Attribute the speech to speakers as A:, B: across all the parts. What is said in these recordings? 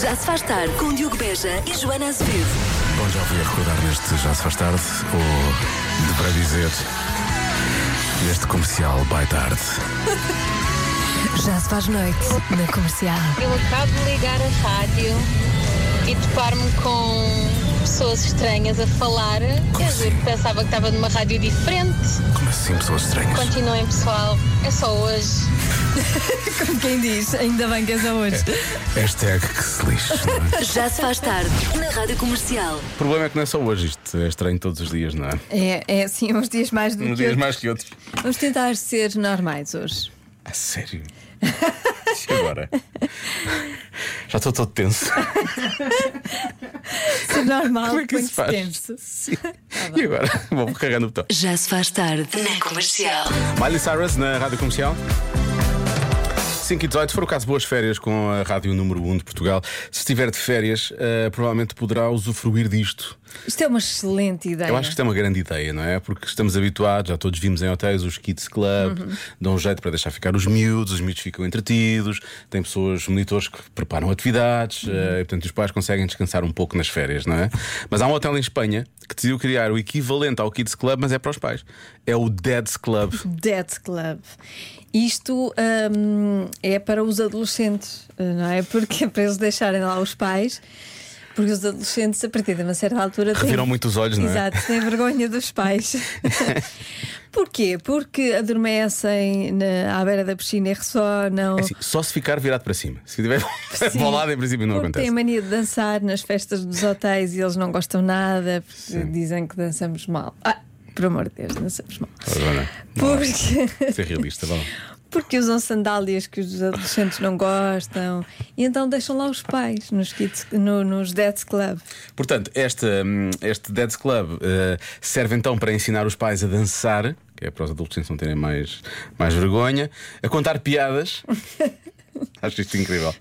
A: Já se faz tarde com Diogo Beja e Joana Azevedo.
B: Bom, já ouvi a recordar neste Já se faz tarde, ou deverá dizer, neste comercial by tarde.
A: Já se faz noite na comercial.
C: Eu acabo de ligar a rádio e topar-me com pessoas estranhas a falar.
B: Como assim?
C: Eu pensava que estava numa rádio diferente.
B: Como assim, pessoas estranhas?
C: Continuem, pessoal. É só hoje.
D: Como quem diz, ainda bem que és a hoje.
B: Hashtag que se lixe. não é?
A: Já se faz tarde na rádio comercial.
B: O problema é que não é só hoje isto, é estranho todos os dias, não é?
D: É, é sim, uns dias mais do
B: Uns
D: que
B: dias
D: outros.
B: mais que outros.
D: Vamos tentar ser normais hoje.
B: A sério? E agora? Já estou todo tenso.
D: Ser normal,
B: Como é que
D: muito
B: isso faz?
D: tenso.
B: Sim. E agora? Vou carregar no botão.
A: Já se faz tarde na comercial.
B: Miley Cyrus na Rádio Comercial. 5 e 18 foram caso boas férias com a Rádio Número 1 de Portugal. Se estiver de férias, eh, provavelmente poderá usufruir disto.
D: Isto é uma excelente ideia.
B: Eu acho que isto é uma grande ideia, não é? Porque estamos habituados, já todos vimos em hotéis os kids club,
D: Uhum.
B: dão um jeito para deixar ficar os miúdos, os miúdos ficam entretidos, tem pessoas, monitores que preparam atividades,
D: Uhum.
B: eh, e, portanto os pais conseguem descansar um pouco nas férias, não é? Mas há um hotel em Espanha que decidiu criar o equivalente ao kids club, mas é para os pais. É o Dads Club.
D: Dead Club. Isto hum, é para os adolescentes, não é? Porque é para eles deixarem lá os pais. Porque os adolescentes, a partir de uma certa altura, têm-
B: Reviram muito os olhos, não é?
D: Exato, têm vergonha dos pais. Porquê? Porque adormecem na, à beira da piscina e ressonam.
B: É assim, só se ficar virado para cima. Se tiver
D: Sim,
B: bolado, em princípio, não
D: porque
B: acontece.
D: Têm mania de dançar nas festas dos hotéis e eles não gostam nada porque dizem que dançamos mal. Ah, por amor de Deus, dançamos mal.
B: Agora,
D: Porque,
B: ser realista, vá. lá.
D: porque usam sandálias que os adolescentes não gostam e então deixam lá os pais nos, kids, no- nos Dad's Club.
B: Portanto, este, hum, este Dads Club eh, serve então para ensinar os pais a dançar, que é para os adolescentes não terem mais, mais vergonha, a contar piadas. Acho isto incrível.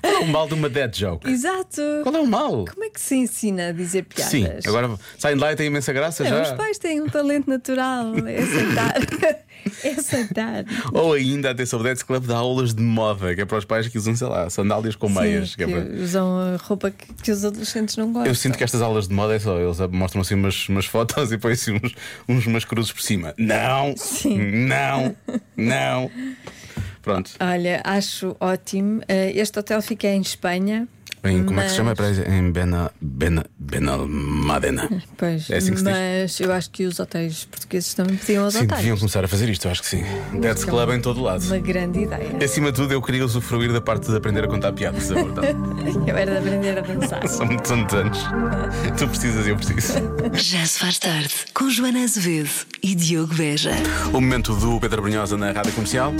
B: Qual é o mal de uma dead joke?
D: Exato!
B: Qual é o mal?
D: Como é que se ensina a dizer piadas?
B: Sim, agora saem de lá e têm imensa graça
D: Não,
B: já.
D: Os pais têm um talento natural, é aceitar. é aceitar.
B: Ou ainda, atenção, o Dads Club dá aulas de moda, que é para os pais que usam, sei lá, sandálias com meias.
D: Sim,
B: que é
D: que
B: para-
D: usam a roupa que, que os adolescentes não gostam.
B: Eu sinto que estas aulas de moda é só, eles mostram assim umas, umas fotos e põem assim uns, uns umas cruzes por cima. Não!
D: Sim.
B: Não! Não! Pronto.
D: Olha, acho ótimo. Eh, Este hotel fica em Espanha.
B: Em, como é que
D: mas-
B: se chama? Peraí, Em Bena, Bena, Benalmádena.
D: Pois,
B: É assim que se diz?
D: mas eu acho que os hotéis portugueses também podiam adotar.
B: Sim, deviam
D: isto.
B: começar a fazer isto, eu acho que sim. Dead
D: que é
B: Club
D: uma-
B: em todo lado.
D: Uma grande ideia.
B: Acima de tudo, eu queria usufruir da parte de aprender a contar piadas. é verdade.
D: Eu era de aprender a dançar.
B: São muitos são muitos anos. Tu precisas, eu preciso.
A: Já se faz tarde com Joana Azevedo e Diogo Beja.
B: O momento do Pedro Brunhosa na rádio comercial.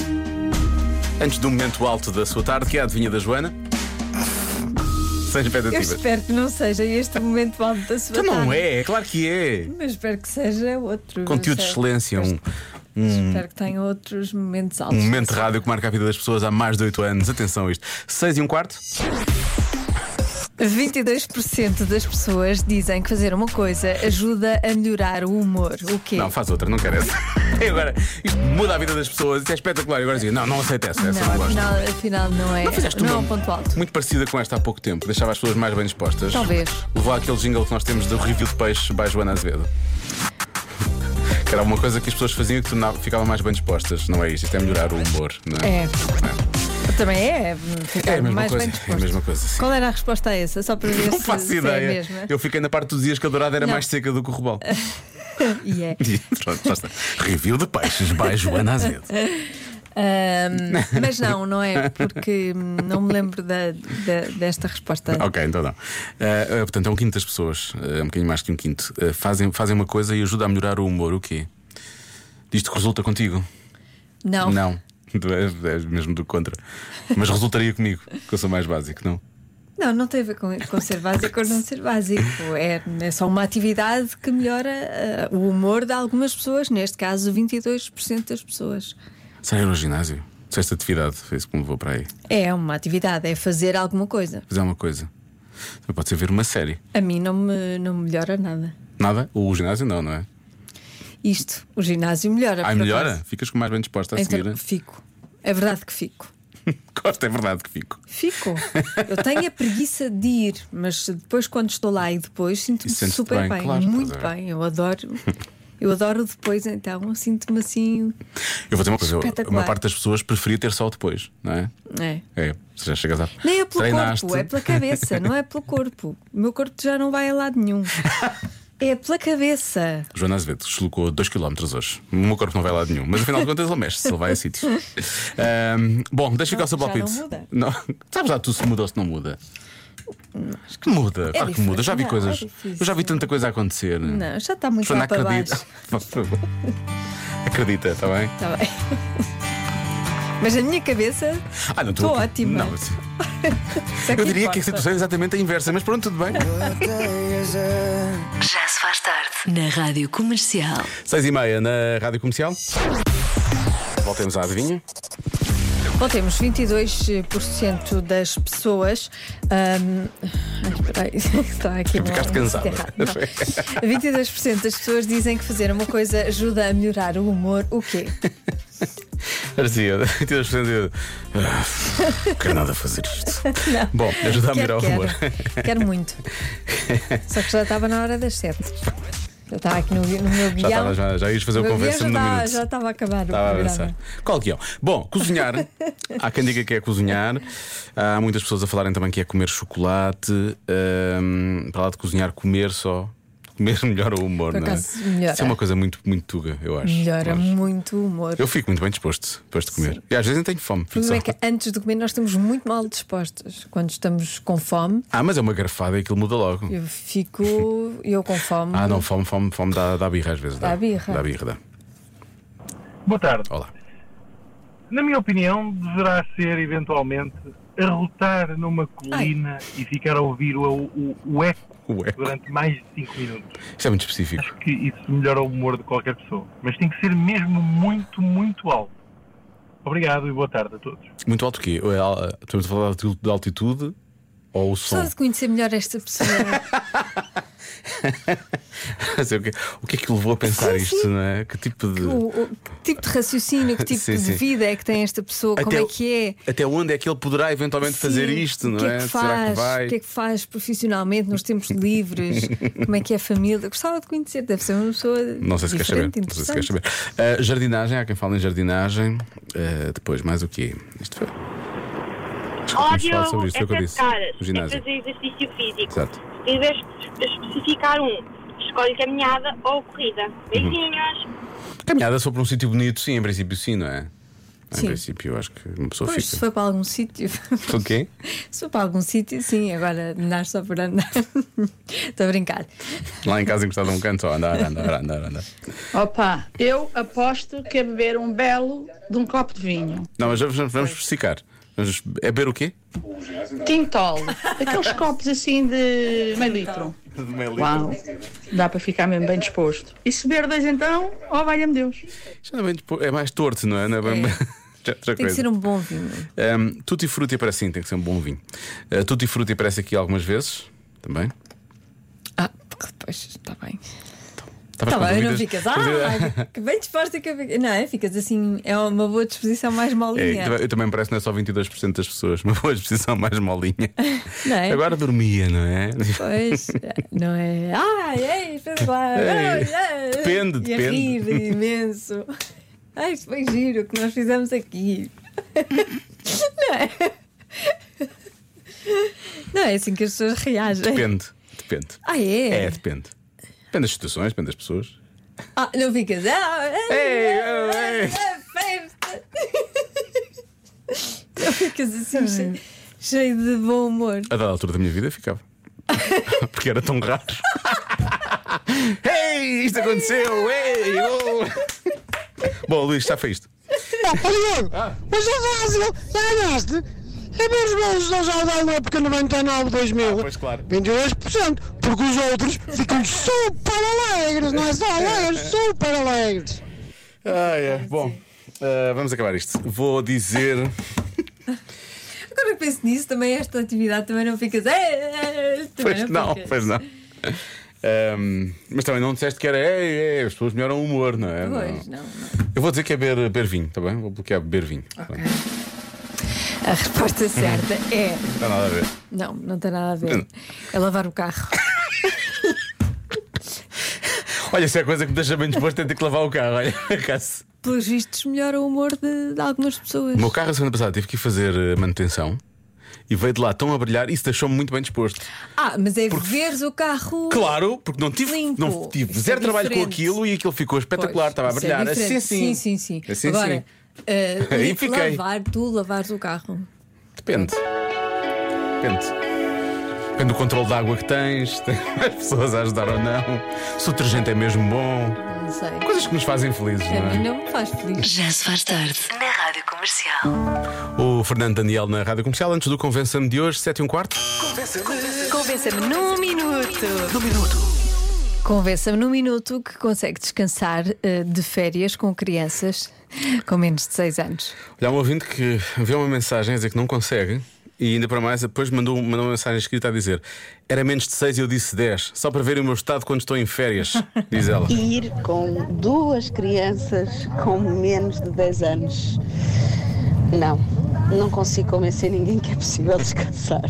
B: Antes do momento alto da sua tarde, que é a adivinha da Joana. Sem
D: Eu
B: expectativas.
D: espero que não seja este momento alto da sua
B: Então não
D: tarde,
B: é, é claro que é.
D: Mas espero que seja outro.
B: Conteúdo de
D: Espero-
B: excelência, um,
D: Espero que tenha outros momentos altos.
B: um momento de rádio que marca a vida das pessoas há mais de 8 anos. Atenção a isto. 6 e um quarto.
D: 22% das pessoas dizem que fazer uma coisa ajuda a melhorar o humor. O quê?
B: Não, faz outra, não quero essa. E agora, isto muda a vida das pessoas, isto é espetacular. E agora dizia, não, não aceito essa, essa eu não
D: Não,
B: gosto.
D: afinal, afinal não é. Não,
B: fizeste
D: é
B: uma-
D: um ponto alto.
B: Muito parecida com esta há pouco tempo, deixava as pessoas mais bem dispostas.
D: Talvez.
B: Levou àquele jingle que nós temos do review de peixe by Joana Azevedo. Que era uma coisa que as pessoas faziam e que tornava- ficavam mais bem dispostas. Não é isto, isto é melhorar o humor, não é?
D: É. Também é. Ficar
B: É a mesma
D: mais
B: coisa.
D: bem
B: É a
D: disposto.
B: mesma coisa. sim.
D: Qual era a resposta a essa? Só para ver
B: Não
D: se,
B: faço
D: se é a
B: ideia.
D: mesma.
B: Eu fiquei na parte dos dias que a dourada era
D: Não.
B: mais seca do que o robalo.
D: E é.
B: E Pronto, já está. Review de peixes by Joana Azevedo.
D: Ahm, mas não, não é, porque hum, não me lembro da, da- desta resposta.
B: Ok, então não. Eh, eh, portanto, é um quinto das pessoas, eh, um bocadinho mais que um quinto, eh, fazem, fazem uma coisa e ajuda a melhorar o humor. O quê? Isto que resulta contigo?
D: Não.
B: Não. Tu és, és mesmo do contra. Mas resultaria comigo, que eu sou mais básico, não?
D: não, não tem a ver com, com ser básico ou não ser básico. É, é só uma atividade que melhora ah, o humor de algumas pessoas, neste caso 22% das pessoas.
B: Será ir ao ginásio? Se esta atividade foi isso que me levou para aí.
D: É uma atividade, é fazer alguma coisa.
B: Fazer uma coisa. Também Pode ser ver uma série.
D: A mim não me, não me melhora nada.
B: Nada? O ginásio não, não é?
D: Isto, o ginásio melhora.
B: Ai,
D: por
B: Ah, melhora?
D: acaso.
B: Ficas com mais bem disposta a
D: Então,
B: seguir.
D: fico. É verdade que fico.
B: Gosto, é verdade que fico.
D: Fico. Eu tenho a preguiça de ir, mas depois, quando estou lá e depois, sinto-me
B: E sentes-te
D: super
B: bem,
D: bem.
B: claro,
D: Muito
B: estás a ver.
D: bem, eu adoro. Eu adoro depois, então, sinto-me assim.
B: Eu vou dizer uma coisa: eu- a
D: Espetacular.
B: maior parte das pessoas preferia ter sol depois, não é?
D: É.
B: É, se já chegas a.
D: Nem é pelo
B: Treinaste.
D: corpo, é pela cabeça, não é pelo corpo. O meu corpo já não vai a lado nenhum. É pela cabeça.
B: Joana Azevedo deslocou 2km hoje. O meu corpo não vai lá de nenhum, mas afinal de contas ele mexe-se, ele vai a sítios. Ahm, bom, deixa ficar o seu
D: Não, já
B: palpite.
D: não muda.
B: Não- Sabes lá, tu se muda ou se não muda? Muda, claro que
D: difícil.
B: muda. Já vi
D: Não, é
B: coisas.
D: difícil.
B: eu já vi tanta coisa a acontecer.
D: Não, já está muito
B: Joana,
D: lá para
B: acredita.
D: baixo.
B: Por favor. Acredita, está bem?
D: Está bem. Mas a minha cabeça.
B: Ah, não
D: Estou ótima. Tá
B: Não, mas-
D: isso é
B: eu diria que
D: importa.
B: a situação é exatamente a inversa, mas pronto, tudo bem.
A: Já se faz tarde na Rádio Comercial.
B: Seis e meia na rádio comercial. Voltemos à adivinha.
D: Bom, temos 22% das pessoas. ahm, ai, espera aí, está aqui uma-
B: Ficaste
D: uma
B: cansada.
D: errada. Não. 22% das pessoas dizem que fazer uma coisa ajuda a melhorar o humor. O quê?
B: Parecia, tiras de. Ah, quero nada fazer isto. Bom, ajudar a melhorar o humor.
D: Quero, quero muito. Só que já estava na hora das 7. Já estava aqui no, no meu
B: Já,
D: guião.
B: estava, já, já ias fazer
D: O
B: o
D: meu guião
B: convença-me no
D: já,
B: um minuto.
D: estava- já estava a acabar
B: Estava a
D: o programa.
B: avançar. Qual guião? Bom, cozinhar. Há quem diga que é cozinhar. Há muitas pessoas a falarem também que é comer chocolate. Hum, para lá de cozinhar, comer só. Comer melhora o humor,
D: Por
B: não é?
D: acaso, melhora.
B: Isso é uma coisa muito, muito tuga, eu acho.
D: Melhora
B: Mas
D: muito o humor.
B: Eu fico muito bem disposto depois de comer. E às vezes nem tenho fome.
D: O
B: Fico só...
D: problema é que antes de comer nós estamos muito mal dispostos. Quando estamos com fome,
B: Ah, mas é uma garfada e aquilo muda logo.
D: eu fico. eu com fome.
B: Ah, não, fome, fome, fome dá, dá birra às vezes.
D: Dá birra.
B: Dá birra, dá.
E: Boa tarde.
B: Olá.
E: Na minha opinião, deverá ser eventualmente arrotar numa colina e ficar a ouvir o, o- o eco
B: Ué,
E: durante mais de 5 minutos.
B: isto é muito específico.
E: Acho que isso melhora o humor de qualquer pessoa. Mas tem que ser mesmo muito, muito alto. Obrigado e boa tarde a todos.
B: Muito alto o quê? É al- Estamos a falar de alti- de altitude ou o som?
D: Gostava de conhecer melhor esta pessoa.
B: Não sei o, que, o que é que o levou a pensar isto, não é? Que tipo de.
D: o, o- que tipo de raciocínio, que tipo
B: Sim,
D: de
B: sim.
D: vida é que tem esta pessoa, como
B: Até
D: é
B: o-
D: que é.
B: Até onde é que ele poderá eventualmente fazer
D: Sim,
B: isto, não
D: o que
B: é?
D: é que
B: Será que
D: faz?
B: vai?
D: O que é que faz profissionalmente nos tempos livres? Como é que é a família? Gostava de conhecer, deve ser uma pessoa.
B: Não sei se quer saber. Não sei se quer saber. Ah, jardinagem, há quem fala em jardinagem. Ah, depois, mais o quê? Isto foi. Acho que tínhamos falado sobre isto, foi o que eu disse.
F: caras,
B: O
F: é
B: ginásio.
F: fazer exercício físico.
B: Exato.
F: Se tiveres que especificar um, escolhe caminhada ou corrida.
B: Uhum.
F: Beijinhos!
B: Caminhada sobre um sítio bonito, sim, em princípio, sim, não é? Em
D: Sim.
B: princípio, eu acho que uma pessoa
D: Pois, se
B: fica.
D: for para algum sítio.
B: Foi o quê?
D: Se for para algum sítio, sim, agora andar só por andar. Estou a brincar.
B: Lá em casa encostado a um canto, só andar, andar, andar, andar.
G: Opa, eu aposto que é beber um belo de um copo de vinho.
B: Não, mas vamos, vamos especificar. Vamos- É beber o quê?
G: Tintol, aqueles copos assim de meio litro. Uau, dá para ficar mesmo bem disposto. E se beber dois então, oh valha-me Deus.
B: Já não é bem dispo- é mais torto, não é? Não é bem-
D: É.
B: Já é outra
D: Tem que
B: coisa.
D: ser um bom vinho.
B: Um, tutti frutti aparece sim, tem que ser um bom vinho. Uh, tutti frutti aparece aqui algumas vezes também. Tá
D: Ah, porque depois está bem.
B: Estavas
D: Está
B: com
D: Tá bem, não
B: dúvidas?
D: ficas.
B: Pois é.
D: Ah, que bem disposta que eu fiquei. Não, é? ficas assim, é uma boa disposição mais
B: É,
D: molinha.
B: eu também- eu também parece que não é só 22% das pessoas, uma boa exposição mais molinha.
D: Não é?
B: Agora dormia, não é?
D: Pois, não é? Ai, ei, fez lá.
B: É,
D: ai, ai.
B: depende,
D: e a
B: depende.
D: rir imenso. Ai, isto foi giro o que nós fizemos aqui. Não é? Não é assim que as pessoas reagem.
B: Depende, depende.
D: Ah, é?
B: É, depende. Depende das situações, depende das pessoas.
D: Ah, não ficas. Ah,
B: Ei,
D: é,
B: ei, ei.
D: é festa. Não ficas assim cheio, cheio de bom humor.
B: A dada altura da minha vida ficava. Porque era tão raro. Ei, isto aconteceu! Ei! oh. Bom, Luís, já foi isto.
H: Ó Diogo, mas já, já, já ganhaste? É mesmo eles não já dão na época 99, 2000.
B: Ah, pois, claro.
H: 22%, porque os outros ficam super alegres, não é só alegres, super alegres.
B: Ah, é. Bom, ah, vamos acabar isto. Vou dizer.
D: Agora eu penso nisso, também esta atividade também não ficas. É, é, também
B: Pois não,
D: ficas.
B: pois não. Ahm, mas também não disseste que era. Ei, ei, as pessoas melhoram o humor, não é?
D: Pois,
B: Não.
D: não, não.
B: Eu vou dizer que é beber, beber vinho, tá bem? Vou bloquear beber vinho. Pronto.
D: A resposta certa é.
B: Não tem nada a ver.
D: Não, não tem nada a ver. É lavar o carro.
B: Olha, se é coisa que me deixa bem disposto é ter que lavar o carro. Olha, acaso.
D: Pelos vistos, melhora o humor de, de algumas pessoas.
B: O meu carro, a semana passada, tive que ir fazer eh, manutenção e veio de lá tão a brilhar, isso deixou-me muito bem disposto.
D: Ah, mas é veres o carro.
B: Claro, porque não tive,
D: Limpo.
B: não tive
D: Isso é
B: zero trabalho com
D: diferente.
B: aquilo e aquilo ficou
D: Pois,
B: espetacular, estava a
D: isso é
B: brilhar.
D: diferente.
B: assim sim.
D: Sim, sim, sim.
B: Assim
D: Agora,
B: sim.
D: ah,
B: Aí
D: la-
B: fiquei.
D: Lavar, tu lavares o carro.
B: Depende. Depende. Depende do controle de água que tens, tem as pessoas a ajudar ou não, se o detergente é mesmo bom.
D: Não sei.
B: Coisas que nos fazem felizes,
D: A
B: não
D: mim
B: é?
D: não me faz feliz.
A: Já se faz tarde na Rádio Comercial.
B: O Fernando Daniel na Rádio Comercial, antes do Convença-me de hoje, 7 e um quarto.
A: Convença-me num minuto.
D: Convença-me num minuto que consegue descansar eh, de férias com crianças com menos de 6 anos.
B: Olha, há um ouvinte que enviou uma mensagem a dizer que não consegue e ainda para mais depois mandou, mandou uma mensagem escrita a dizer era menos de 6 e eu disse 10, só para ver o meu estado quando estou em férias, diz ela.
I: ir com duas crianças com menos de 10 anos. Não, não consigo convencer ninguém que é possível descansar.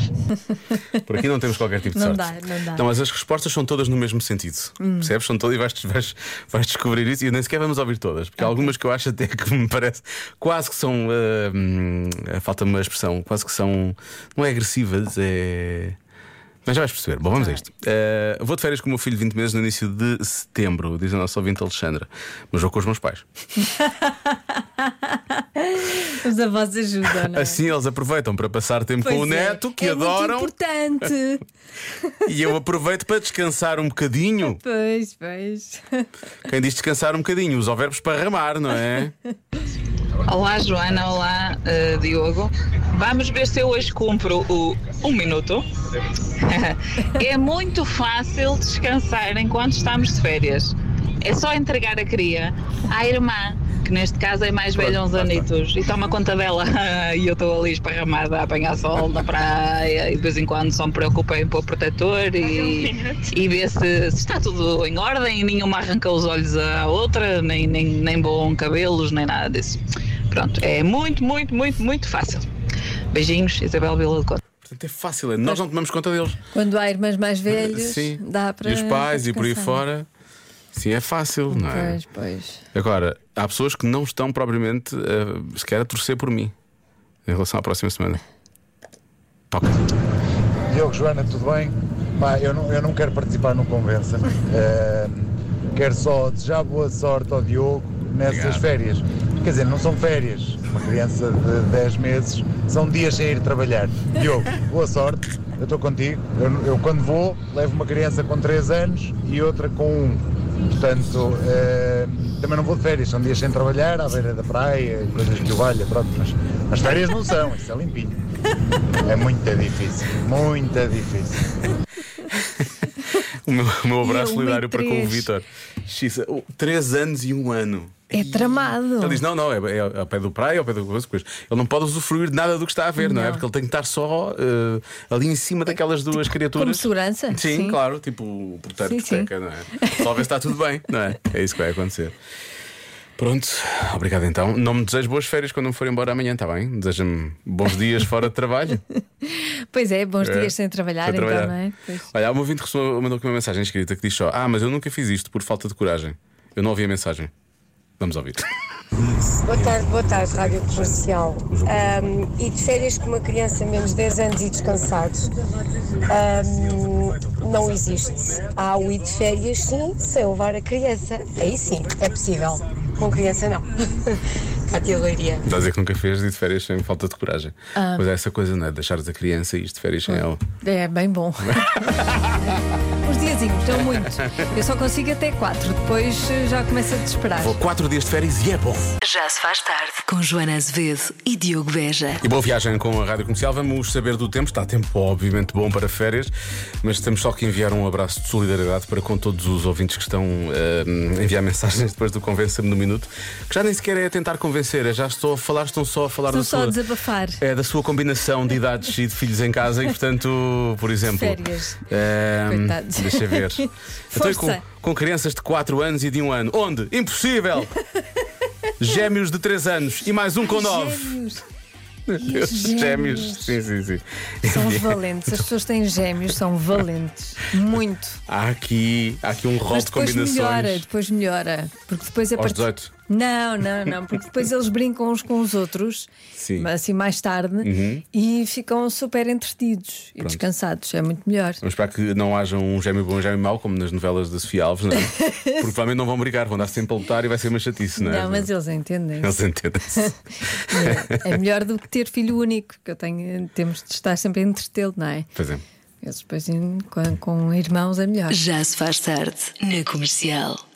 B: Por aqui não temos qualquer tipo de
D: Não
B: sorte.
D: dá, não dá. Hum.
B: mas as respostas são todas no mesmo sentido. Percebes? São todas e vais, vais, vais descobrir isso e nem sequer vamos ouvir todas, porque há algumas que eu acho até que me parece quase que são. ah, hum, ah, Falta-me uma expressão, quase que são. Não é agressivas, é. Mas já vais perceber. Bom, vamos a isto. Ah, vou de férias com o meu filho de 20 meses no início de setembro, diz a nossa ouvinte Alexandra. Mas vou com os meus pais.
D: Os avós ajudam, não é?
B: Assim eles aproveitam para passar tempo
D: Pois
B: com o
D: é,
B: neto, que
D: é
B: adoram,
D: Muito importante.
B: e eu aproveito para descansar um bocadinho.
D: pois, pois.
B: Quem diz descansar um bocadinho, usa o verbo esparramar, não é?
J: Olá, Joana. Olá, eh, Diogo. Vamos ver se eu hoje cumpro o um minuto. é muito fácil descansar enquanto estamos de férias. É só entregar a cria à irmã, que neste caso é mais velha uns anitos, e toma conta dela. e eu estou ali esparramada a apanhar sol na praia, e de vez em quando só me preocupo em pôr protetor e, e ver se, se está tudo em ordem, e nenhuma arranca os olhos à outra, nem, nem, nem bom cabelos, nem nada disso. Pronto, é muito, muito, muito, muito fácil. Beijinhos, Isabel Vila do Conde.
B: Portanto, é fácil, é. nós não tomamos conta deles.
D: Quando há irmãs mais velhas,
B: Sim.
D: dá para.
B: e os pais
D: para
B: e por aí
D: descansar.
B: fora. Sim, é fácil, não é?
D: Pois, pois.
B: Agora, há pessoas que não estão propriamente eh, sequer a torcer por mim em relação à próxima semana. Toca.
K: Diogo, Joana, tudo bem? Pá, eu não, eu não quero participar no Convença-me. Eh, quero só desejar boa sorte ao Diogo nessas
B: Obrigado.
K: férias. Quer dizer, não são férias. Uma criança de 10 meses são dias sem ir trabalhar. Diogo, boa sorte. Eu estou contigo. Eu, eu, quando vou, levo uma criança com 3 anos e outra com 1. Portanto, eh, também não vou de férias. São dias sem trabalhar, à beira da praia, e coisas que o valha. Pronto, mas, mas férias não são. Isso é limpinho. É muito difícil, muito difícil.
B: O meu, o meu abraço
D: E é uma e
B: solidário para com o
D: três.
B: Vitor. Xisa, oh, Três anos e um ano.
D: É tramado.
B: Ele diz: não, não, é, é ao pé do praia, é ao pé do coisa. coisa. Ele não pode usufruir de nada do que está a ver, não, é?
D: Não.
B: Porque ele tem que estar só eh, ali em cima daquelas duas criaturas.
D: Tipo, como segurança,
B: Sim,
D: sim.
B: claro, tipo o porteiro
D: Sim,
B: que teca, não é? Só ver se está tudo bem, não é? É isso que vai acontecer. Pronto, obrigado então. Não me desejo boas férias quando me for embora amanhã, está bem? Deseja-me bons dias fora de trabalho.
D: Pois é, bons
B: É,
D: dias sem trabalhar,
B: para
D: então,
B: trabalhar.
D: não é? Pois.
B: Olha, há um ouvinte que recebeu- mandou aqui uma mensagem escrita que diz só: Ah, mas eu nunca fiz isto por falta de coragem. Eu não ouvi a mensagem. Vamos ouvir.
I: Boa tarde, boa tarde, Rádio Comercial. Ahm, e de férias com uma criança menos de 10 anos e descansados? Ahm, não existe. Há o ir de férias, sim, sem levar a criança. Aí sim, é possível. Com criança, não. Cátia Leiria.
B: Estás a dizer que nunca fez e de férias sem falta de coragem.
D: Ah.
B: Mas é essa coisa, não é? Deixares a criança e isto de férias sem ela.
D: É bem bom. Os diazinhos são muitos. Eu só consigo até quatro, depois eh, já começa a desesperar.
B: Vou quatro dias de férias e é bom.
A: Já se faz tarde com Joana Azevedo e Diogo Beja.
B: E boa viagem com a Rádio Comercial. Vamos saber do tempo. Está tempo, obviamente, bom para férias, mas temos só que enviar um abraço de solidariedade para com todos os ouvintes que estão eh, a enviar mensagens depois do Convença-me no Minuto, que já nem sequer é tentar convencer, é já estou a falar, estão só a falar
D: Estou
B: da
D: só
B: sua.
D: a desabafar.
B: É da sua combinação de idades e de filhos em casa e, portanto, por exemplo.
D: Férias.
B: ehm,
D: Coitados.
B: deixa ver. Eu estou com,
D: Força.
B: com crianças de 4 anos e de 1 ano. Onde? Impossível! Gêmeos de 3 anos e mais um com 9.
D: Gêmeos. E os gêmeos?
B: Sim, sim, sim.
D: São valentes, as pessoas têm gêmeos, são valentes. Muito.
B: Há aqui, há aqui um rol
D: Mas
B: de
D: depois
B: combinações.
D: melhora, depois melhora. Porque depois é
B: Aos 18.
D: Não, não, não, porque depois eles brincam uns com os outros,
B: Sim.
D: assim mais tarde,
B: Uhum.
D: e ficam super entretidos e
B: Pronto.
D: descansados. É muito melhor.
B: Vamos esperar que não haja um gêmeo bom e um gêmeo mau, como nas novelas da Sofia Alves, não é? Porque provavelmente não vão brigar, vão dar sempre a lutar e vai ser uma chatice, não é?
D: Não, mas eles entendem.
B: Eles entendem-se.
D: É melhor do que ter filho único, que eu tenho, temos de estar sempre a entretê-lo, não é?
B: Pois é.
D: Eles depois em- com, com irmãos é melhor.
A: Já se faz tarde na comercial.